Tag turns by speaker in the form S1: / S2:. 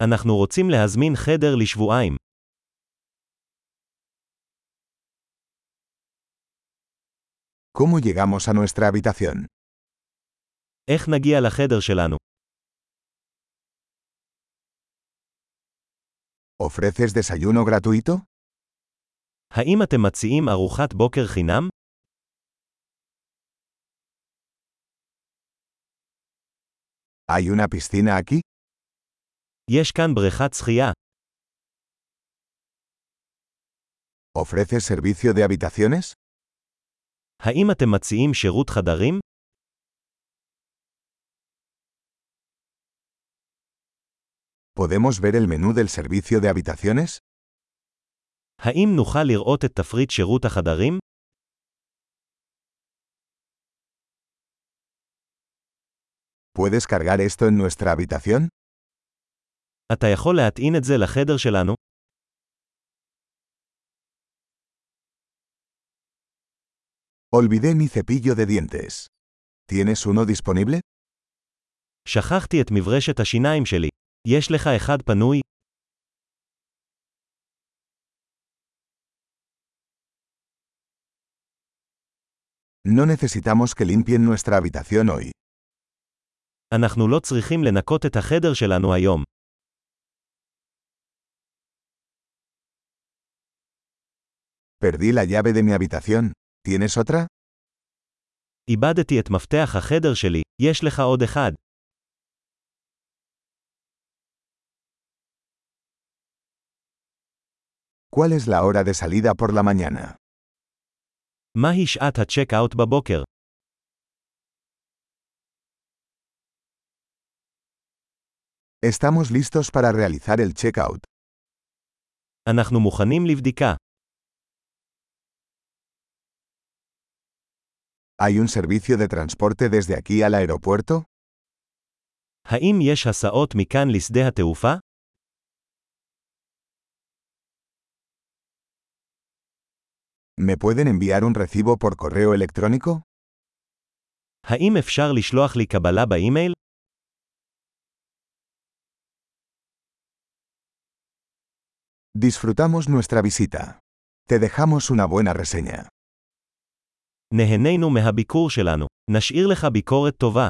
S1: אנחנו רוצים להזמין חדר לשבועיים.
S2: ¿Cómo llegamos a nuestra habitación?
S1: איך נגיע לחדר שלנו?
S2: ¿Ofreces desayuno gratuito?
S1: האם אתם מציעים ארוחת בוקר חינם?
S2: ¿Hay una piscina aquí?
S1: יש כאן בריכת שחייה.
S2: ¿Ofreces servicio de habitaciones?
S1: האם אתם מציעים שירות חדרים?
S2: ¿Podemos ver el menú del servicio de habitaciones?
S1: האם נוכל לראות את תפריט שירות החדרים?
S2: ¿Puedes cargar esto en nuestra habitación?
S1: אתה יכול להטעין את זה לחדר שלנו?
S2: Olvidé mi cepillo de dientes. ¿Tienes uno disponible?
S1: שכחתי את מברשת השיניים שלי. יש לך אחד פנוי?
S2: No necesitamos que limpien nuestra habitación hoy.
S1: אנחנו לא צריכים לנקות את החדר שלנו היום.
S2: Perdí la llave de mi habitación. ¿Tienes otra?
S1: איבדתי את מפתח החדר שלי, יש לך עוד אחד.
S2: ¿Cuál es la hora de salida por la mañana?
S1: מהי שעת הצ'ק-אאוט בבוקר?
S2: Estamos listos para realizar el checkout.
S1: אנחנו מוכנים לבדיקה.
S2: ¿Hay un servicio de transporte desde aquí al aeropuerto?
S1: האם יש הסעות מכאן לשדה התעופה?
S2: ¿Me pueden enviar un recibo por correo electrónico?
S1: האם אפשר לשלוח לי קבלה באימייל?
S2: Disfrutamos nuestra visita. Te dejamos una buena reseña.
S1: נהנינו מהביקור שלנו. נשאיר לך ביקורת טובה.